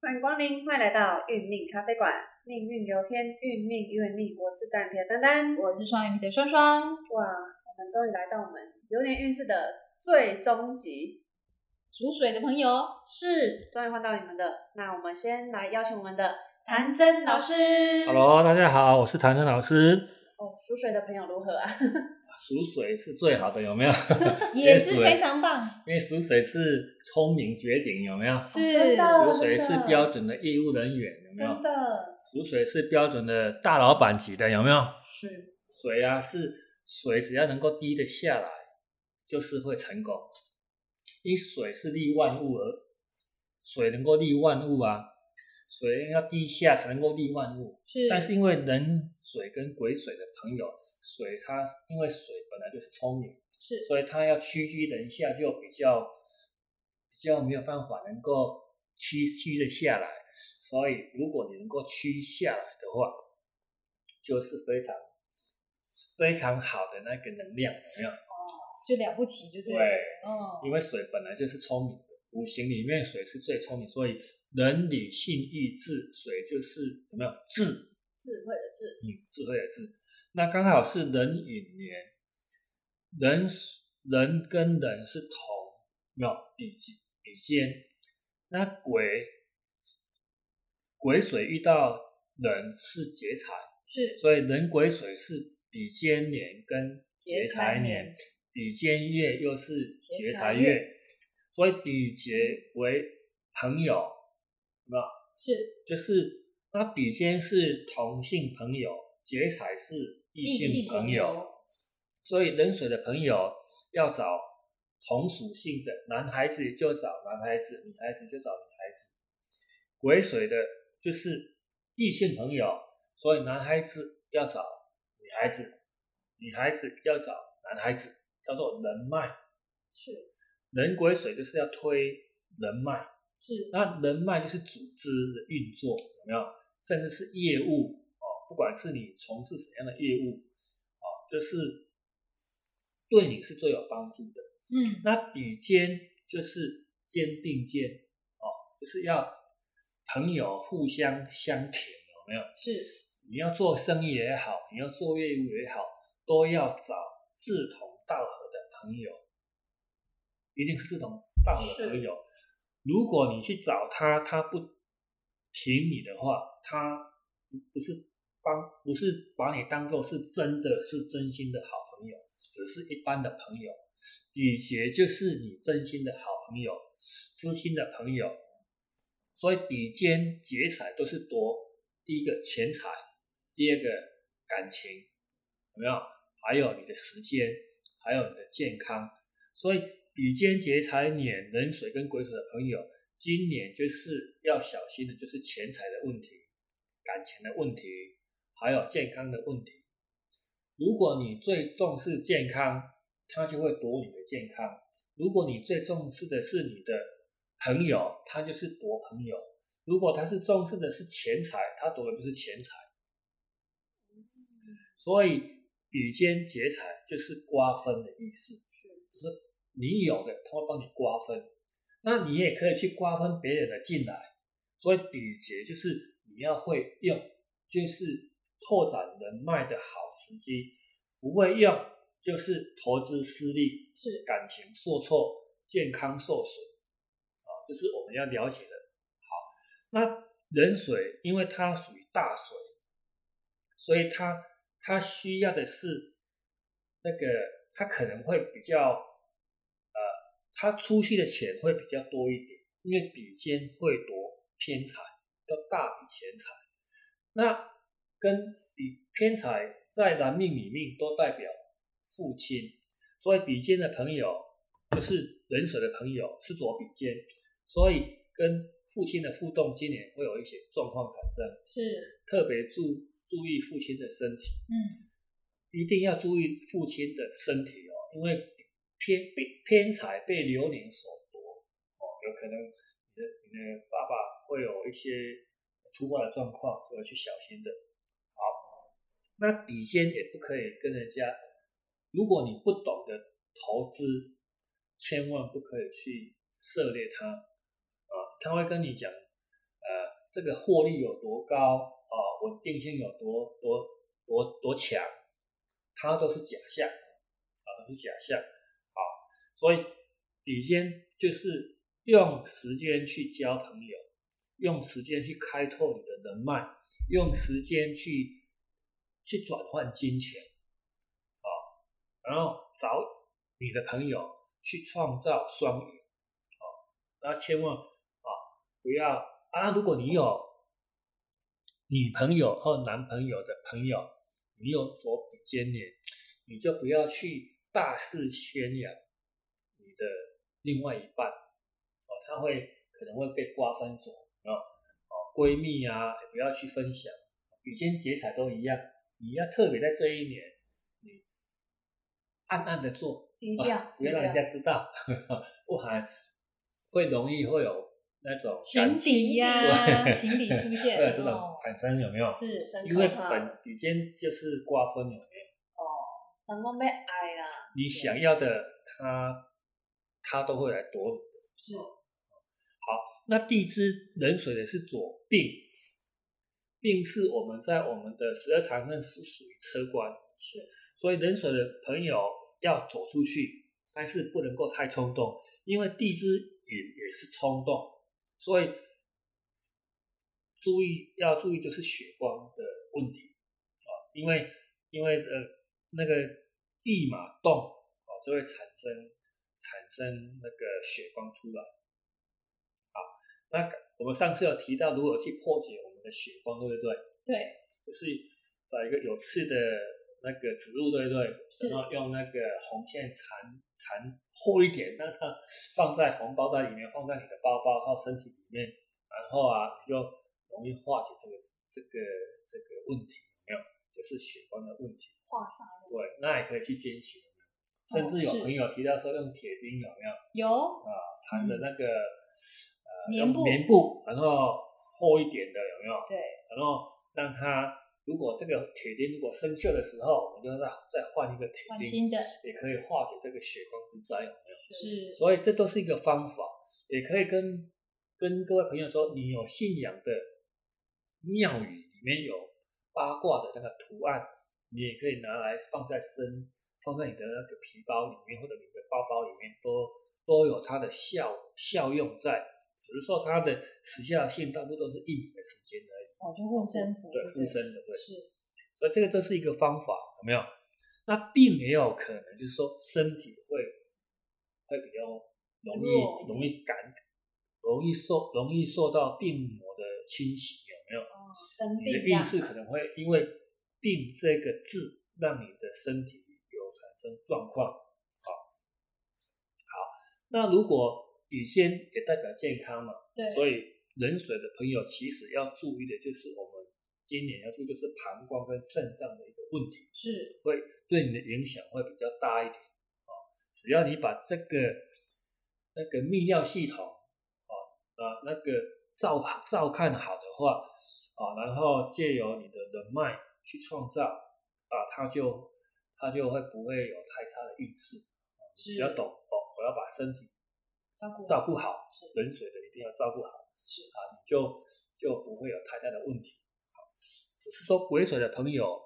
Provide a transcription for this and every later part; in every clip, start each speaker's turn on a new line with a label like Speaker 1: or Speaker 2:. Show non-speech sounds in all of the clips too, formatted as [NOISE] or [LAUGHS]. Speaker 1: 欢迎光临，欢迎来到运命咖啡馆，命运聊天，运命运命，我是单皮的丹丹。
Speaker 2: 我是双鱼迷的双双，
Speaker 1: 哇，我们终于来到我们流年运势的最终集，
Speaker 2: 属水的朋友，
Speaker 1: 是终于换到你们的。那我们先来邀请我们的谭真老师。
Speaker 3: Hello，大家好，我是唐真老师。
Speaker 1: 哦，属水的朋友如何啊？
Speaker 3: 属水是最好的，有
Speaker 2: [LAUGHS]
Speaker 3: 没有？
Speaker 2: 也是非常棒，哦
Speaker 3: 因为属水是聪明绝顶，有没有？
Speaker 2: 是
Speaker 1: 真的
Speaker 3: 属水是标准的业务人员，有没有
Speaker 1: 真？的
Speaker 3: 属水是标准的大老板级的，有没有？
Speaker 1: 是
Speaker 3: 水啊，是水，只要能够滴得下来，就是会成功。因为水是利万物而，水能够利万物啊，水要滴下才能够利万物。
Speaker 2: 是
Speaker 3: 但是因为人水跟鬼水的朋友，水它因为水本来就是聪明，
Speaker 2: 是
Speaker 3: 所以它要屈居人下就比较比较没有办法能够屈屈的下来。所以如果你能够屈下来的话，就是非常非常好的那个能量，有没有？
Speaker 2: 就了不起，就对了，
Speaker 3: 对
Speaker 2: 哦，
Speaker 3: 因为水本来就是聪明的，五行里面水是最聪明，所以人理性意志，水就是有没有智
Speaker 1: 智慧的智，
Speaker 3: 嗯，智慧的智。那刚好是壬寅年，人人跟人是同，没有比肩比肩。那癸癸水遇到人是劫财，
Speaker 2: 是
Speaker 3: 所以人癸水是比肩年跟
Speaker 2: 劫
Speaker 3: 劫
Speaker 2: 财
Speaker 3: 财
Speaker 2: 年
Speaker 3: 年，比肩月又是
Speaker 2: 劫
Speaker 3: 劫
Speaker 2: 财
Speaker 3: 财
Speaker 2: 月
Speaker 3: 月，所以比劫为朋友，有没有？
Speaker 2: 是
Speaker 3: 就是那比肩是同性朋友，劫财是异性朋
Speaker 2: 异性朋
Speaker 3: 友
Speaker 2: 友，
Speaker 3: 所以冷水的朋友要找同属性的，男孩子就找男孩子，女孩子就找女孩子。癸水的就是异性朋友，所以男孩子要找女孩子，女孩子要找男孩子，叫做人脉。
Speaker 2: 是
Speaker 3: 人癸水就是要推人脉，
Speaker 2: 是
Speaker 3: 那人脉就是组织的运作，有没有？甚至是业务哦，不管是你从事什么样的业务哦，就是对你是最有帮助的。
Speaker 2: 嗯
Speaker 3: 那比肩就是肩并肩哦，就是要朋友互相相挺，有没有？
Speaker 2: 是
Speaker 3: 你要做生意也好，你要做业务也好，都要找志同道合的朋友，一定是志同道合的朋友。如果你去找他，他不挺你的话，他不不是帮，不是把你当做是真的是真心的好朋友，只是一般的朋友。礼节就是你真心的好朋友，知心的朋友。所以比肩劫财都是夺第一个钱财，第二个感情，有没有？还有你的时间，还有你的健康。所以比肩劫财年，人水跟癸水的朋友，今年就是要小心的，就是钱财的问题、感情的问题，还有健康的问题。如果你最重视健康，他就会夺你的健康；如果你最重视的是你的朋友，他就是夺朋友；如果他是重视的是钱财，他夺的就是钱财。所以比肩劫财就是瓜分的意思，就是你有的他会帮你瓜分，那你也可以去瓜分别人的进来。所以比劫就是你要会用，就是拓展人脉的好时机；不会用就是投资失利，
Speaker 2: 是
Speaker 3: 感情受挫，健康受损啊，这是我们要了解的。那人水，因为它属于大水，所以它它需要的是那个，它可能会比较，呃，它出去的钱会比较多一点，因为比肩会夺偏财，叫大笔钱财。那跟比偏财在男命、女命都代表父亲，所以比肩的朋友就是人水的朋友是左比肩，所以跟父亲的互动，今年会有一些状况产生，
Speaker 2: 是
Speaker 3: 特别注注意父亲的身体，
Speaker 2: 嗯
Speaker 3: 一定要注意父亲的身体哦，因为偏被偏财被流年所夺哦，有可能你的你的爸爸会有一些突发的状况，所以要去小心的。好，那笔尖也不可以跟人家，如果你不懂得投资，千万不可以去涉猎它啊，他会跟你讲，呃，这个获利有多高啊、稳定性有多多多多强，它都是假象啊，都是假象啊。所以底间就是用时间去交朋友，用时间去开拓你的人脉，用时间去去转换金钱啊，然后找你的朋友去创造双赢啊，那千万啊不要啊，如果你有女朋友或男朋友的朋友，你有左比肩连，你就不要去大肆宣扬你的另外一半哦，他会可能会被瓜分走啊哦，闺蜜啊也不要去分享，比肩劫财都一样，你要特别在这一年，你暗暗的做，
Speaker 1: 低调
Speaker 3: 啊，不要让人家知道， [LAUGHS] 不然会容易会有那种
Speaker 2: 情敌呀，
Speaker 3: [LAUGHS]
Speaker 2: [LAUGHS]
Speaker 3: 对
Speaker 2: 情敌出
Speaker 3: 感情会有
Speaker 2: 现，
Speaker 3: 这种
Speaker 2: 哦，
Speaker 3: 产生有没有？
Speaker 2: 是
Speaker 1: 真
Speaker 3: 因为
Speaker 1: 可怕
Speaker 3: 本笔尖就是瓜分有没有？
Speaker 1: 哦，人讲要爱啦，
Speaker 3: 你想要的他他都会来夺你。
Speaker 2: 是
Speaker 3: 那地支壬水的是左病，病是我们在我们的十二长生是属于车官，
Speaker 2: 是，
Speaker 3: 所以壬水的朋友要走出去，但是不能够太冲动，因为地支也也是冲动，所以注意要注意就是血光的问题啊，因为因为呃那个驿马动啊就会产生产生那个血光出来。那我们上次有提到如何去破解我们的血光，对不对？
Speaker 2: 对，
Speaker 3: 就是找一个有刺的那个植物，对不对？
Speaker 2: 是
Speaker 3: 然后用那个红线缠缠厚一点，让它放在红包袋里面，放在你的包包和身体里面，然后啊，你就容易化解这个这个这个问题，有没有？就是血光的问题。
Speaker 1: 画上
Speaker 3: 对，那也可以去坚持。甚至有
Speaker 2: 哦是
Speaker 3: 朋友提到说用铁钉有没有？
Speaker 2: 有
Speaker 3: 啊，缠的那个、呃
Speaker 2: 棉布
Speaker 3: 用棉布，然后厚一点的有没有？
Speaker 2: 对
Speaker 3: 然后让它如果这个铁钉如果生锈的时候，我们就再再换一个铁
Speaker 2: 换
Speaker 3: 钉，
Speaker 2: 新的，
Speaker 3: 也可以化解这个血光之灾有没有？
Speaker 2: 是
Speaker 3: 所以这都是一个方法，也可以跟跟各位朋友说，你有信仰的庙宇里面有八卦的那个图案，你也可以拿来放在身，放在你的那个皮包里面或者你的包包里面，都都有它的效效用在，只是说它的时效性大部分都是一年的时间而已，
Speaker 2: 哦，就护身符，
Speaker 3: 对，
Speaker 2: 不
Speaker 3: 附身的对。
Speaker 2: 是
Speaker 3: 所以这个都是一个方法，有没有？那病也有可能就是说身体会会比较容
Speaker 1: 弱
Speaker 3: 易容易感容易受容易受到病魔的侵袭，有没有？
Speaker 1: 哦，生
Speaker 3: 你
Speaker 1: 病
Speaker 3: 的
Speaker 1: 这样
Speaker 3: 运，势可能会因为病这个字让你的身体有产生状况。好，好，那如果乙先也代表健康嘛，
Speaker 2: 对，
Speaker 3: 所以冷水的朋友其实要注意的就是我们今年要注意就是膀胱跟肾脏的一个问题，
Speaker 2: 是
Speaker 3: 会对你的影响会比较大一点啊、哦只要你把这个那个泌尿系统啊啊、那个照照看好的话啊、然后借由你的人脉去创造啊，它就它就会不会有太差的运势。
Speaker 2: 是
Speaker 3: 只要懂懂，我要把身体
Speaker 2: 照顾
Speaker 3: 照顾好
Speaker 2: 是，
Speaker 3: 冷水的一定要照顾好，啊，你就就不会有太大的问题。好只是说癸水的朋友，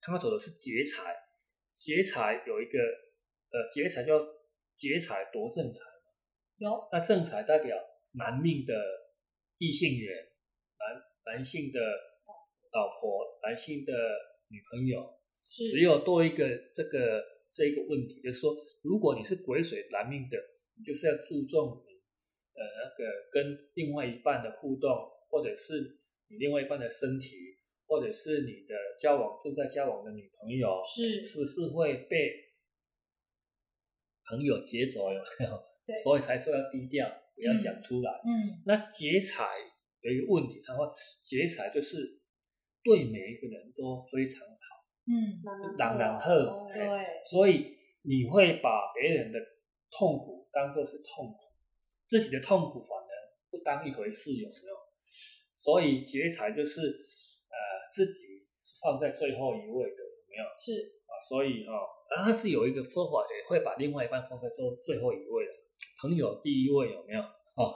Speaker 3: 他走的是劫财，劫财有一个呃，劫财叫劫财夺正财，
Speaker 2: 有
Speaker 3: 那正财代表男命的异性缘，男男性的老婆，男性的女朋友，
Speaker 2: 是
Speaker 3: 只有多一个这个这一个问题，就是说，如果你是癸水男命的，你就是要注重你呃那个跟另外一半的互动，或者是你另外一半的身体，或者是你的交往正在交往的女朋友，
Speaker 2: 是
Speaker 3: 是不是会被朋友劫走？有没有？
Speaker 2: 对
Speaker 3: 所以才说要低调，不要讲出来。
Speaker 2: 嗯
Speaker 3: 那劫财有一个问题，他会劫财就是对每一个人都非常好。
Speaker 2: 嗯
Speaker 3: 朗朗赫
Speaker 1: 哦
Speaker 3: 对
Speaker 2: 对
Speaker 3: 所以你会把别人的痛苦当做是痛苦，自己的痛苦反而不当一回事，有没有？所以劫财就是呃自己是放在最后一位的，有没有
Speaker 2: 是
Speaker 3: 啊？所以哈、哦，啊是有一个说法，也会把另外一半放在最最后一位的，朋友第一位，有没有？ [LAUGHS] 哦，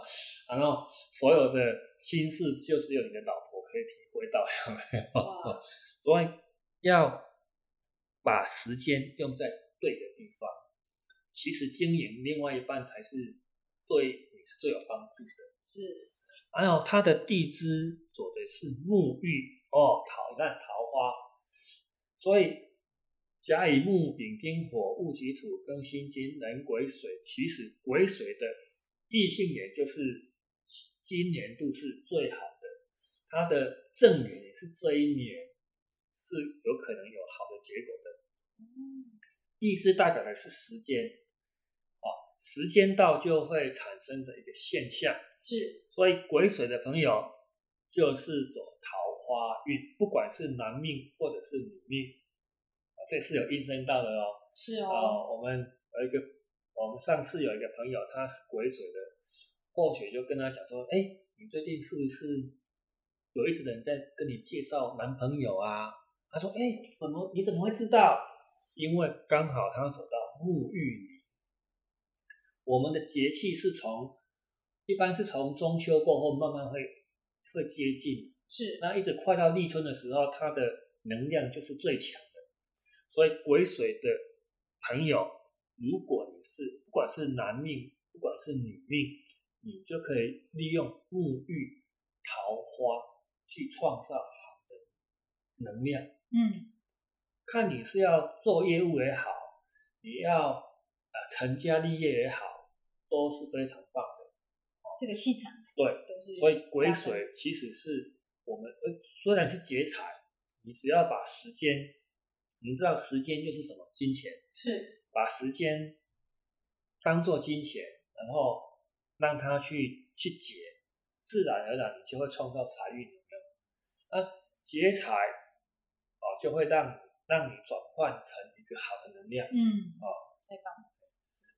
Speaker 3: 然后所有的心事就只有你的老婆可以体会到，有没有？ [LAUGHS] 所以要把时间用在对的地方。其实经营另外一半才是对你是最有帮助的。
Speaker 2: 是
Speaker 3: 然后它哎的地支走的是沐浴哦，讨烂桃花，所以甲乙木丙丁火戊己土庚辛金壬癸水，其实癸水的异性缘就是今年度是最好的，它的正缘也是这一年是有可能有好的结果的。
Speaker 2: 嗯
Speaker 3: 地支代表的是时间啊，时间到就会产生的一个现象。
Speaker 2: 是，
Speaker 3: 所以癸水的朋友就是走桃花运，不管是男命或者是女命，啊，这是有印证到的哦。
Speaker 2: 是
Speaker 3: 啊、
Speaker 2: 哦，
Speaker 3: 我们有一个，我们上次有一个朋友，他是癸水的，或许就跟他讲说，哎，你最近是不是有一直人在跟你介绍男朋友啊？他说，哎，怎么你怎么会知道？因为刚好他走到沐浴里，我们的节气是从一般是从中秋过后慢慢会会接近，
Speaker 2: 是
Speaker 3: 那一直快到立春的时候，它的能量就是最强的。所以癸水的朋友，如果你是不管是男命，不管是女命，你就可以利用沐浴桃花去创造好的能量。
Speaker 2: 嗯，
Speaker 3: 看你是要做业务也好，你要呃成家立业也好，都是非常棒的。
Speaker 2: 这个气场
Speaker 3: 对，
Speaker 2: 都是，
Speaker 3: 所以癸水其实是我们呃虽然是劫财，你只要把时间，你知道时间就是什么金钱，
Speaker 2: 是
Speaker 3: 把时间当做金钱，然后让它去去结，自然而然你就会创造财运，有没有？那劫财哦就会让让你转换成一个好的能量。
Speaker 2: 嗯，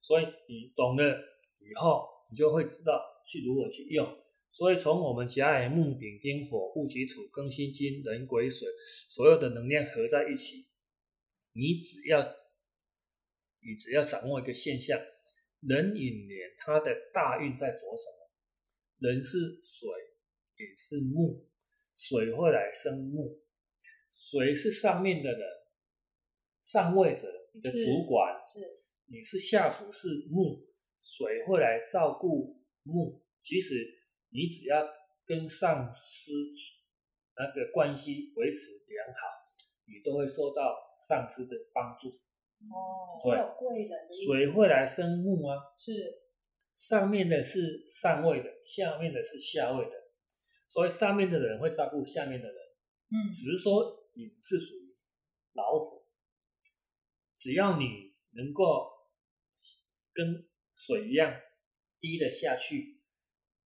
Speaker 3: 所以你懂了以后，你就会知道去如何去用。所以从我们甲乙木丙丁火戊己土庚辛金壬癸水所有的能量合在一起，你只要你只要掌握一个现象，壬寅年它的大运在走什么？人是水，也是木，水会来生木，水是上面的人，上位者，你的
Speaker 2: 是
Speaker 3: 主管，
Speaker 2: 是
Speaker 3: 你是下属是木，水会来照顾木。其实你只要跟上司那个关系维持良好，你都会受到上司的帮助。
Speaker 2: 哦，
Speaker 3: 对
Speaker 1: 有贵人的意思
Speaker 3: 水会来生木啊，
Speaker 2: 是
Speaker 3: 上面的是上位的，下面的是下位的，所以上面的人会照顾下面的人。
Speaker 2: 嗯
Speaker 3: 只是说你是属于老虎，只要你能够跟水一样滴得下去，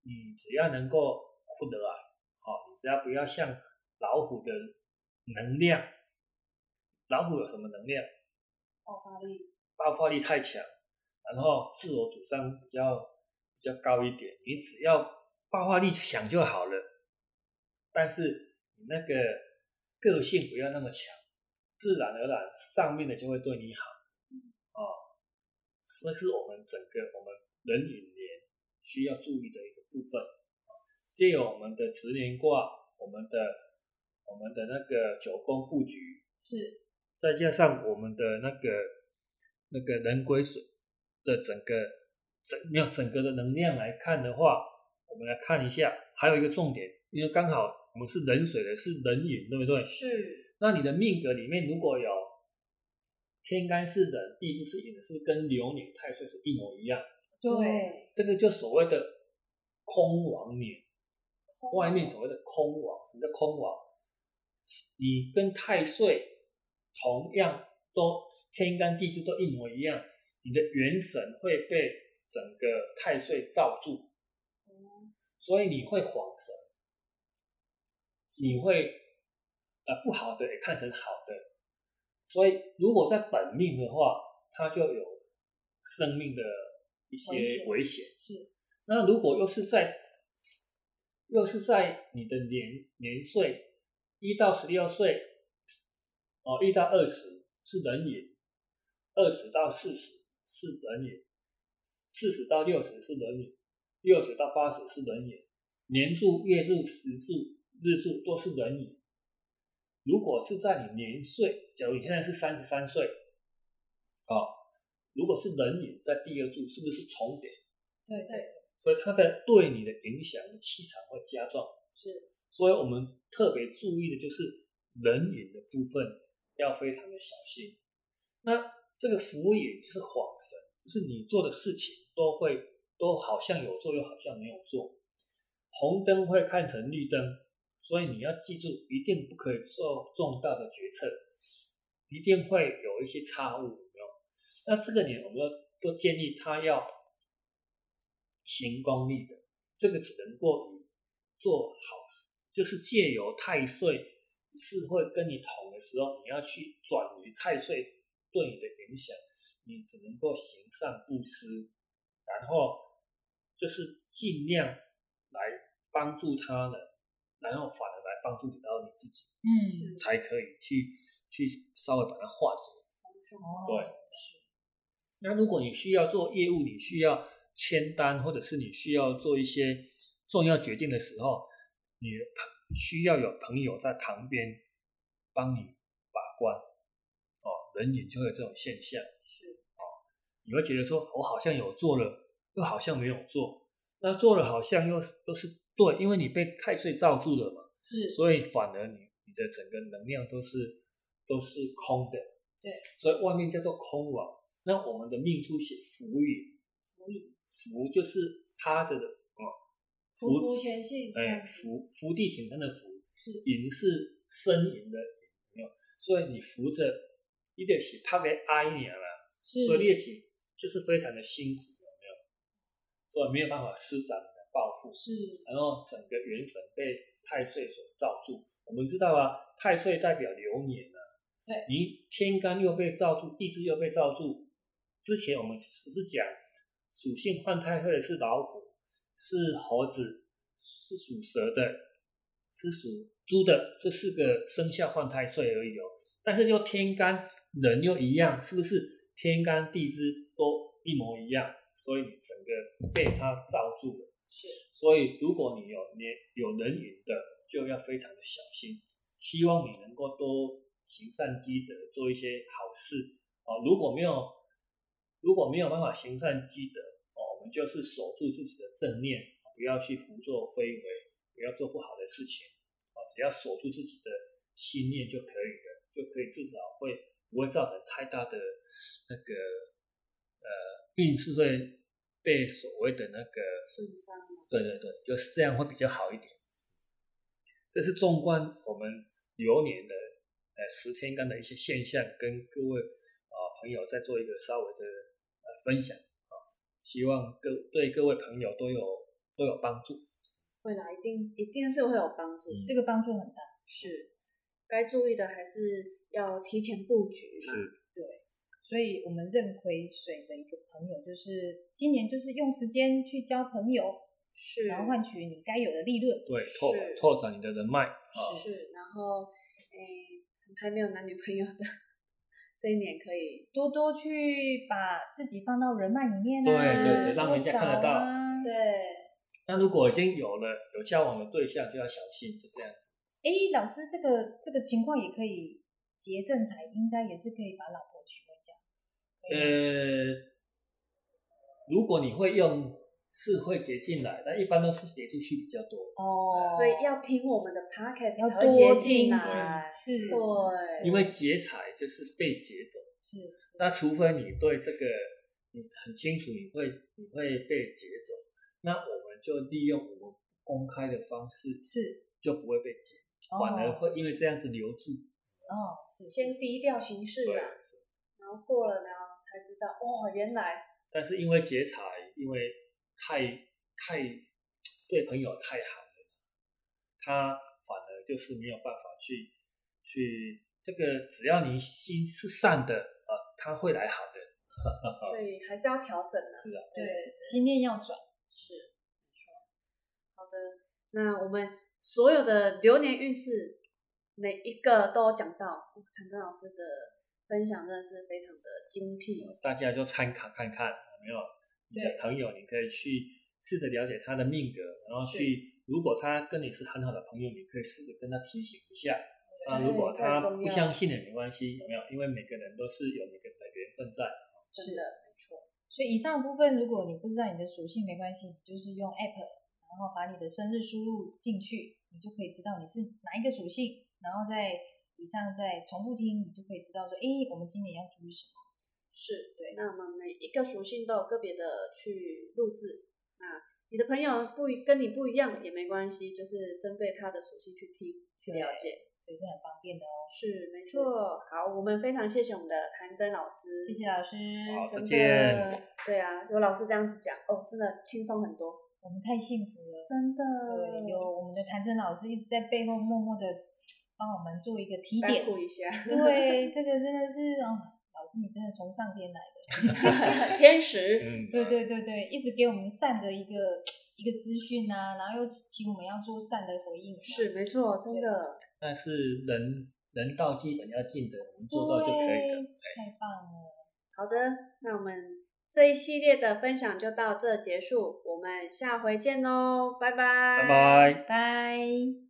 Speaker 3: 你只要能够困得来，哦，你只要不要像老虎的能量，老虎有什么能量？
Speaker 1: 爆发力，
Speaker 3: 爆发力太强，然后自我主张比较比较高一点，你只要爆发力强就好了。但是你那个个性不要那么强，自然而然上面的就会对你好。哦，这是我们整个我们人与年需要注意的一个部分。哦借由我们的直连卦，我们的我们的那个九宫布局，
Speaker 2: 是
Speaker 3: 再加上我们的那个那个人归水的整个整没有整个的能量来看的话，我们来看一下，还有一个重点，因为刚好我们是人水的，是人引，对不对？
Speaker 1: 是
Speaker 3: 那你的命格里面如果有天干是人，地支是引的，是不是跟流年太岁是一模一样？
Speaker 2: 对，
Speaker 3: 这个就所谓的空亡年，外面所谓的空亡，什么叫空亡？你跟太岁同样都天干地支都一模一样，你的元神会被整个太岁罩住，所以你会晃神，你会呃不好的也看成好的，所以如果在本命的话，它就有生命的一
Speaker 2: 危
Speaker 3: 些
Speaker 2: 险
Speaker 3: 危险。
Speaker 2: 是
Speaker 3: 那如果又是在又是在你的年年岁一到十六岁，哦，一到二十是人影，二十到四十是人影，四十到六十是人影，六十到八十是人眼，年柱、月柱、时柱、日柱都是人眼。如果是在你年岁，假如你现在是三十三岁，哦，如果是人眼在第二柱，是不是重叠？
Speaker 2: 对对，
Speaker 3: 所以它在对你的影响的气场会加重。
Speaker 1: 是
Speaker 3: 所以我们特别注意的就是人影的部分要非常的小心。那这个福影就是恍神，就是你做的事情都会都好像有做，又好像没有做。红灯会看成绿灯，所以你要记住，一定不可以做重大的决策，一定会有一些差误，有没有？那这个年我们要都建议他要行功利的，这个只能够以做好事，就是借由太岁是会跟你同的时候，你要去转移太岁对你的影响，你只能够行善布施，然后就是尽量来帮助他人，然后反而来帮助你到你自己，
Speaker 2: 嗯，
Speaker 3: 才可以去去稍微把它化解。
Speaker 2: 哦，
Speaker 3: 对那如果你需要做业务，你需要签单，或者是你需要做一些重要决定的时候，你的朋需要有朋友在旁边帮你把关，哦，人眼就会有这种现象，哦
Speaker 1: 是
Speaker 3: 你会觉得说我好像有做了，又好像没有做，那做了好像又又是对，因为你被太岁罩住了嘛，
Speaker 2: 是
Speaker 3: 所以反而你你的整个能量都是都是空的，
Speaker 2: 对，
Speaker 3: 所以外面叫做空亡。那我们的命书写福也，
Speaker 2: 福影，
Speaker 3: 福就是趴着的哦，
Speaker 2: 福福全信，
Speaker 3: 哎，福福地挺身的福，
Speaker 2: 是
Speaker 3: 银是呻吟的吟，有没有所以你扶着，你得是趴给挨你了，
Speaker 2: 是
Speaker 3: 所以你的是就是非常的辛苦，有没有？所以没有办法施展你的抱负，
Speaker 2: 是
Speaker 3: 然后整个元神被太岁所罩住。我们知道啊，太岁代表流年啊，
Speaker 2: 对
Speaker 3: 你天干又被罩住，地支又被罩住。之前我们只是讲属性换太岁的是老虎，是猴子，是属蛇的，是属猪的，这四个生肖换太岁而已哦。但是又天干人又一样，是不是天干地支都一模一样？所以你整个被它罩住了。所以如果你有你有人影的，就要非常的小心。希望你能够多行善积德，做一些好事哦。如果没有如果没有办法行善积德哦，我们就是守住自己的正念，哦不要去胡作非为，不要做不好的事情哦。只要守住自己的信念就可以了，就可以至少会不会造成太大的那个呃运势会被所谓的那个
Speaker 1: 顺伤嘛，
Speaker 3: 对对对，就是这样会比较好一点。这是纵观我们流年的呃十天干的一些现象，跟各位啊、朋友再做一个稍微的呃分享啊、希望各对各位朋友都有都有帮助。
Speaker 1: 会啦，一定一定是会有帮助。
Speaker 3: 嗯
Speaker 2: 这个帮助很大，
Speaker 1: 是该注意的还是要提前布局嘛。
Speaker 2: 所以我们认癸水的一个朋友，就是今年就是用时间去交朋友，
Speaker 1: 是
Speaker 2: 然后换取你该有的利润，
Speaker 3: 对，拓
Speaker 1: 是
Speaker 3: 拓展你的人脉啊，
Speaker 1: 是，然后诶、还没有男女朋友的，这一年可以
Speaker 2: 多多去把自己放到人脉里面啊，
Speaker 3: 对对
Speaker 2: 多
Speaker 3: 对让人家看得到
Speaker 2: 找啊。
Speaker 1: 对
Speaker 3: 那如果已经有了有交往的对象，就要小心，就这样子。
Speaker 2: 诶，老师，这个这个情况也可以结正财，应该也是可以把老婆娶回家。可以吗
Speaker 3: 呃，如果你会用是会结进来，但一般都是结出去比较多。
Speaker 2: 哦，
Speaker 1: 所以要听我们的 podcast
Speaker 2: 要
Speaker 1: 才会
Speaker 2: 多
Speaker 1: 接
Speaker 2: 听
Speaker 1: 近
Speaker 2: 几
Speaker 1: 啊。
Speaker 2: 次，
Speaker 1: 对，
Speaker 3: 因为劫财就是被劫走，
Speaker 2: 是是
Speaker 3: 那除非你对这个你很清楚，你会你会被劫走，那我们就利用我们公开的方式，
Speaker 2: 是
Speaker 3: 就不会被劫，
Speaker 2: 哦
Speaker 3: 反而会因为这样子留住。
Speaker 2: 哦，是是
Speaker 1: 先低调行事
Speaker 3: 对
Speaker 1: 啦，然后过了，然后才知道，哇，原来
Speaker 3: 但是因为劫财，因为太太对朋友太好了，他反而就是没有办法去去这个，只要你心是善的啊，他会来好的。
Speaker 1: 所以还是要调整啊。
Speaker 3: 嗯是啊，
Speaker 1: 对，
Speaker 2: 心念要转，
Speaker 1: 是，没错。好的，那我们所有的流年运势，每一个都有讲到。哇谭真老师的分享真的是非常的精辟，
Speaker 3: 大家就参考看看有没有你的
Speaker 2: 对
Speaker 3: 朋友，你可以去试着了解他的命格，然后去，如果他跟你是很好的朋友，你可以试着跟他提醒一下。啊，如果他不相信也没关系，有没有？因为每个人都是有每个人的缘分在。
Speaker 1: 真的没错。
Speaker 2: 所以以上部分，如果你不知道你的属性没关系，你就是用 App，然后把你的生日输入进去，你就可以知道你是哪一个属性，然后再以上再重复听，你就可以知道说，诶，我们今年要注意什么。
Speaker 1: 是对，那我们每一个属性都有个别的去录制。那你的朋友不一跟你不一样也没关系，就是针对他的属性去听去了解。
Speaker 2: 所以是很方便的哦。
Speaker 1: 是没错。好，我们非常谢谢我们的谭真老师，
Speaker 2: 谢谢老师，
Speaker 3: 好
Speaker 1: 真的
Speaker 3: 再见。
Speaker 1: 对啊，有老师这样子讲，哦，真的轻松很多，
Speaker 2: 我们太幸福了。
Speaker 1: 真的。
Speaker 3: 嗯
Speaker 2: 对，有我们的谭真老师一直在背后默默的帮我们做一个提
Speaker 1: 甘
Speaker 2: 点。
Speaker 1: 苦一 [LAUGHS] 下，
Speaker 2: 对，这个真的是哦，老师你真的从上天来的。 [LAUGHS]
Speaker 1: 天使，
Speaker 3: 嗯，
Speaker 2: 对对对对，一直给我们善的一个一个资讯啊，然后又请我们要做善的回应。
Speaker 1: [LAUGHS] 是没错，真的。
Speaker 3: 但是人人道基本要尽的，我
Speaker 2: 对，
Speaker 3: 们做到就可以了。哎
Speaker 2: 太棒了，
Speaker 1: 好的，那我们这一系列的分享就到这结束，我们下回见喽，拜拜，
Speaker 3: 拜拜。
Speaker 2: 拜。